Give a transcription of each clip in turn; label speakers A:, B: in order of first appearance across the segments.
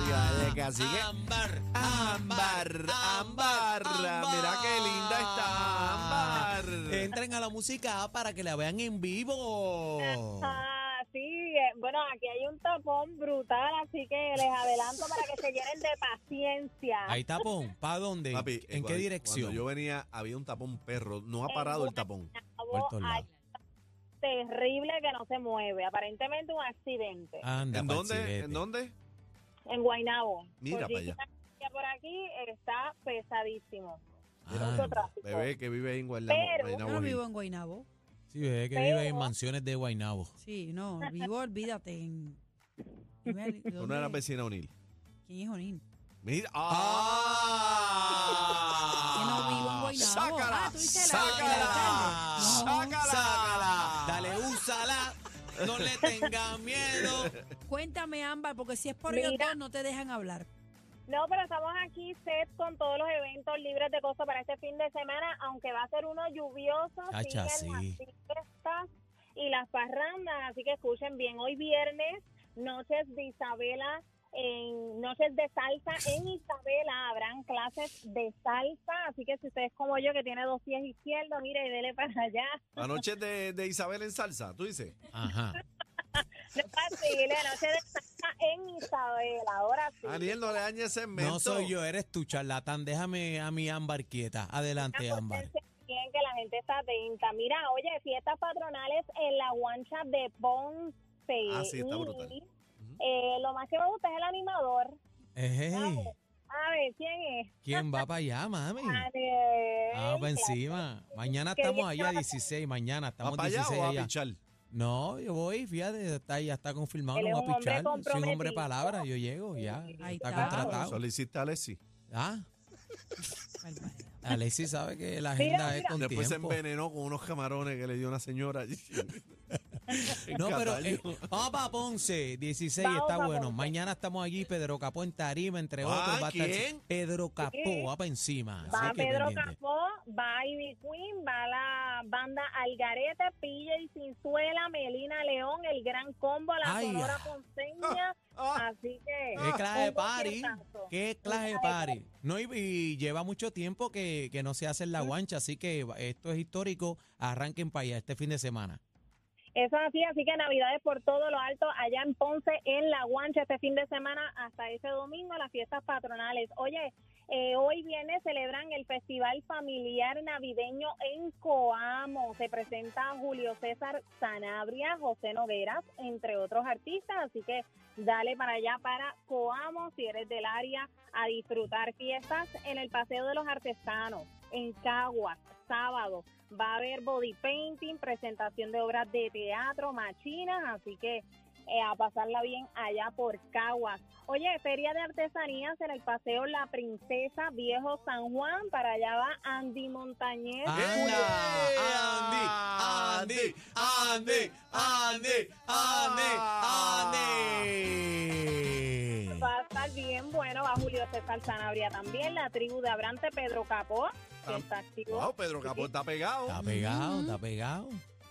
A: de cacique.
B: Ah, Ámbar,
A: Ámbar, ámbar. Mira qué linda está ámbar.
B: Entren a la música para que la vean en vivo.
C: Ah, sí, eh, bueno, aquí hay un tapón brutal, así que les adelanto para que se llenen de paciencia.
B: Ahí tapón, ¿para dónde?
A: Papi, eh,
B: ¿En
A: cuando-
B: qué dirección?
A: Cuando yo venía había un tapón perro. No ha
C: En
A: parado el tapón.
C: Guaynabo
B: Por todos
C: hay
B: lados.
C: terrible que no se mueve, aparentemente un accidente.
B: Anda,
A: ¿En dónde?
B: parcilete.
A: ¿En dónde?
C: En Guaynabo.
A: Mira
C: Por
A: para
C: Jiquita,
A: allá.
C: ya Por aquí está pesadísimo.
B: Ah,
C: Mucho tráfico.
A: Bebé que vive ahí en
C: Pero-
A: Guaynabo.
D: Yo no
A: Guaynabo
D: Ah, vivo
A: Hill.
D: en Guaynabo.
B: sí, bebé, que
C: Pero-
B: vive en mansiones de Guaynabo.
D: Sí, no, vivo, olvídate. En, dime,
A: Tú no eras
D: ¿dónde?
A: vecina O'Neill.
D: ¿Quién es Onín?
A: Mira.
B: Ah.
D: Que no vivo en
A: ¡Ah!
D: Guaynabo.
A: ¡Sácala!
D: Ah, tú dices la- la
A: ¡Sácala!
D: alcalde. No.
A: ¡Sácala!
B: Dale, úsala. No le tenga miedo.
D: Cuéntame, Ámbar, porque si es por ellos
C: Mira.
D: dos, no te dejan hablar.
C: No, pero estamos aquí set con todos los eventos libres de cosas para este fin de semana, aunque va a ser uno lluvioso,
B: Chacha,
C: siguen
B: sí.
C: las fiestas y las parrandas, así que escuchen bien, hoy viernes, noches de Isabela, en noches de salsa en Isabela, habrán clases de salsa, así que si usted es como yo que tiene dos pies izquierdos, mire, y dele para allá,
A: La noche de, de Isabel en salsa, tú dices.
B: Ajá.
C: no es fácil, la noche de salsa en Isabela, ahora sí.
A: Daniel, no le dañes ese mento.
B: No soy yo, eres tu charlatán. Déjame a mi ámbar quieta. Adelante, ámbar.
C: potencia Ah, pues, Bien, que la gente está atenta. Mira, oye, fiestas patronales en la guancha de Ponce.
A: Ah, sí, está
C: Y,
A: brutal.
C: eh, lo más que me gusta es el animador.
B: Ey,
C: A ver, ¿quién es?
B: Eh, ¿Quién va para allá, mami?
C: Anel.
B: Mm. Ah, para encima. Mañana
C: ¿Qué
B: estamos
C: día
B: allá, 16. Mañana
A: ¿Va
B: estamos
A: para allá
B: 16
A: o va a
B: allá. Ah,
A: pichar?
B: No, yo voy, fíjate, está, ya está confirmado,
C: Él
B: no
C: es
B: voy
C: un
B: a
C: hombre
B: pichar. Soy un hombre de
C: comprometido.
B: palabra, yo llego, ya.
C: Sí.
D: Ahí
B: está,
D: está.
B: contratado.
A: Solicita a Alexi.
B: Ah,
D: Barbaridad.
B: Alexis sabe que la
C: Mira,
B: agenda es
C: mira.
B: con
A: Después
B: tiempo.
A: se envenenó con unos camarones que le dio una señora. allí. En
B: No, pero
A: Cataño.
B: eh, vamos para Ponce, 16,
C: Vamos
B: está
C: pa'
B: bueno.
C: Ponce.
B: Mañana estamos allí, Pedro Capó en Tarima, entre
A: Ah,
B: otros. Va a estar-
A: ¿quién?
B: Pedro Capó,
C: Sí.
B: va para encima. así
C: Va
B: que
C: Pedro
B: pendiente.
C: Capó, va Ivy Queen, va la banda Algarete, Pilla y Cinzuela, Melina León, el gran combo, la
B: Ay,
C: sonora
B: ah.
C: ponceña.
A: Ah,
C: Así que.
B: ¿Qué clase de
C: un
B: party?
C: conciertazo.
B: ¿Qué clase de
C: Un
B: party? No, y, y lleva mucho tiempo que, que no se hace en
C: Mm.
B: la guancha, así que va- esto es histórico. Arranquen para allá este fin de semana.
C: Eso es así, así que Navidades por todo lo alto allá en Ponce, en La Guancha, este fin de semana hasta este domingo, las fiestas patronales. Oye, eh, hoy viene, celebran el Festival Familiar Navideño en Coamo. Se presenta Julio César Sanabria, José Nogueras, entre otros artistas, así que dale para allá, para Coamo, si eres del área, a disfrutar fiestas en el Paseo de los Artesanos, en Caguas, sábado. Va a haber body painting, presentación de obras de teatro, machinas, así que eh, a pasarla bien allá por Caguas. Oye, Feria de Artesanías en el Paseo La Princesa Viejo San Juan, para allá va Andy Montañez.
A: Ah.
B: ¡Anda! ¡Andy! ¡Andy! ¡Andy! ¡Andy! ¡Andy!
C: Va a estar bien bueno, va Julio César Sanabria también, la tribu de Abrante Pedro Capó, que
A: Ah,
C: está activo.
A: Wow, Pedro Capó está pegado.
B: Está pegado, está pegado.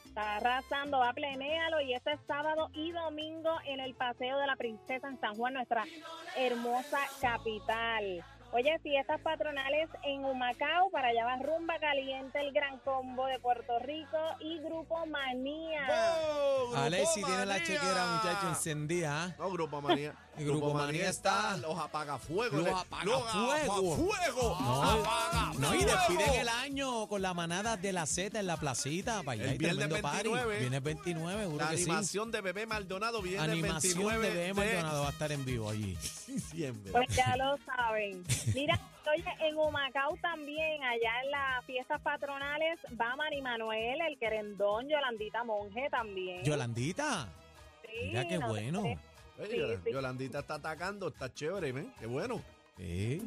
C: Está arrasando, va plenéalo y este sábado y domingo en el Paseo de la Princesa en San Juan, nuestra hermosa capital. Oye, fiestas patronales en Humacao, para allá va Rumba Caliente, el Gran Combo de Puerto Rico y Grupo Manía.
A: ¡Wow!
B: Alexi tiene la
A: Grupomanía.
B: chequera, muchacho, encendida. ¿ah?
A: ¡Oh, No, Grupo Manía.
B: El Grupo Manía está-
A: Los apagafuegos.
B: Los
A: Le-
B: apagafuegos.
A: apagafuegos.
B: No,
A: Apagafuegos.
B: no, y despiden el año con la manada de la Z en la placita. Para allá
A: El
B: y
A: viernes
B: tremendo party.
A: 29.
B: Viene el 29, seguro
A: La
B: que sí.
A: animación de Bebé Maldonado viene el
B: Animación
A: 29
B: de BM Maldonado va a estar en vivo allí.
A: diciembre.
C: Pues ya lo saben. Mira, oye, en Humacao también, allá en las fiestas patronales, va Mari Manuel, el querendón, Yolandita Monje también.
B: Yolandita,
C: Sí,
B: mira qué
C: no te
B: bueno.
C: crees.
A: Oye,
C: sí,
A: Yola-
C: sí.
A: Yolandita está atacando, está chévere, ¿ven? Qué bueno.
B: Eh,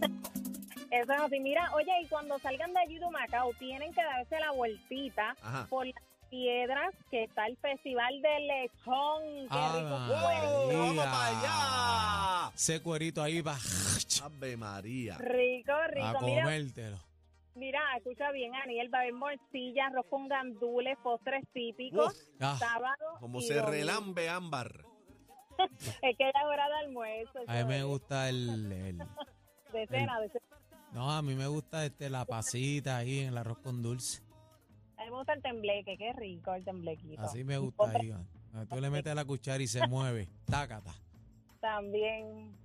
C: Eso es así. Mira, oye, y cuando salgan de allí de Macao, tienen que darse la vueltita
A: Ajá.
C: por las piedras que está el Festival del Lechón. Qué rico
B: Ah,
C: cuero.
A: ¡Vamos
B: Mira.
A: para allá!
B: ese cuerito ahí va
A: Ave María.
C: Rico,
B: a
C: rico. Mira,
B: comértelo.
C: mira, escucha bien, Aniel, va a haber morcilla, arroz con gandules, postres típicos,
A: Uf,
B: Ah,
C: sábado
A: como
C: y
A: se
C: domingo.
A: relambe ámbar.
C: Es que ya es hora de almuerzo.
B: A mí me gusta el, el-
C: De cena, de cena.
B: No, a mí me gusta este, la pasita ahí en el arroz con dulce.
C: A mí me gusta el tembleque, qué rico el temblequito.
B: Así me gusta ahí. ah. Tú le metes la cuchara y se mueve. Tácata.
C: También.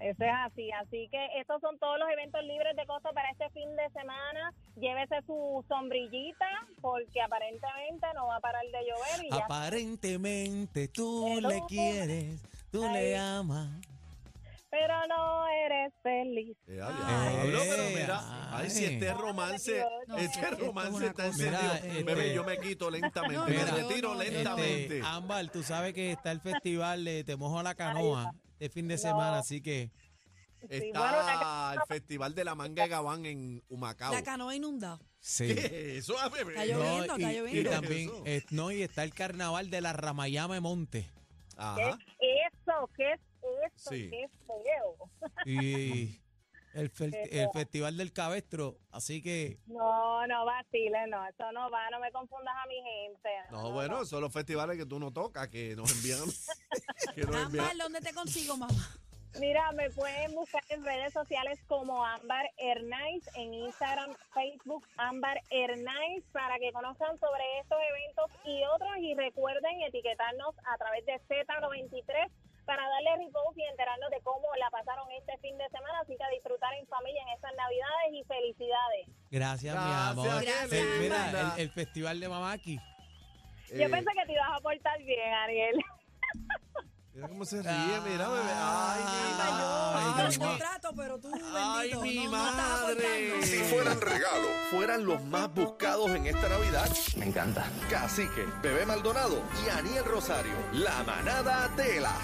C: Eso es así. Así que estos son todos los eventos libres de costo para este fin de semana. Llévese su sombrillita porque aparentemente no va a parar de llover y ya
A: Ah,
B: Aparentemente tú
C: Hello.
B: le quieres, tú
C: Ay.
B: le amas.
C: pero no eres feliz.
A: Eh,
B: Ay,
A: diablo, pero mira,
B: ay.
A: ay, si este romance,
C: No,
A: este
D: esto Eh, es
A: romance
D: una
A: está en
D: cosa.
A: serio.
B: Mira,
A: Bebé,
B: este-
A: yo me quito lentamente,
D: No, ah,
A: me
B: no,
A: retiro
D: no, no,
A: lentamente.
B: Este, Ámbar, tú sabes que está el festival de Te Mojo la Canoa este fin de
C: No.
B: semana, así que
C: Sí, bueno, la-
A: Está el Festival de la Manga de Gabán en Humacao.
D: La canoa inundada.
B: sí.
A: ¿Qué es eso, ah, bebé?
D: Está lloviendo,
B: y,
D: está
B: y
D: lloviendo.
B: también,
A: Eso.
B: eh, no, y está el carnaval de la Ramayama de Monte.
C: ¿Qué
A: Ajá.
C: es eso? ¿Qué es eso?
A: Sí.
C: ¿Qué feo?
B: Y el, fel- el Festival del Cabestro. Así que,
C: No, no vaciles, no, eso no va, no me confundas a mi gente.
A: No, bueno, son los festivales que tú no tocas, que nos envían. que nos envían.
D: Ámbar, ¿dónde te consigo, mamá?
C: Mira, me pueden buscar en redes sociales como Ámbar Hernández, en Instagram, Facebook, Ámbar Hernández, para que conozcan sobre estos eventos y otros y recuerden etiquetarnos a través de Z93 para darle repost y enterarnos de cómo la pasaron este fin de semana, así que a disfrutar en familia en estas navidades y felicidades.
B: gracias, mi
A: Gracias,
B: amor.
A: qué
B: Eh, mira,
A: linda.
B: el, el Festival de Mamaki.
C: Yo
A: Eh,
C: pensé que te ibas a portar bien, Ariel.
A: Mira cómo se ríe, mira, bebé. Ay,
D: Ah,
A: mi
B: Ay,
A: madre.
D: Ámbar, yo,
B: mamá.
D: yo trato, pero tú, bendito,
A: Ay, mi
D: no,
A: madre.
D: No
E: Si
D: estás
E: fueran regalo, fueran los más buscados en esta Navidad. Me encanta. Cacique, Bebé Maldonado y Aniel Rosario. La manada de las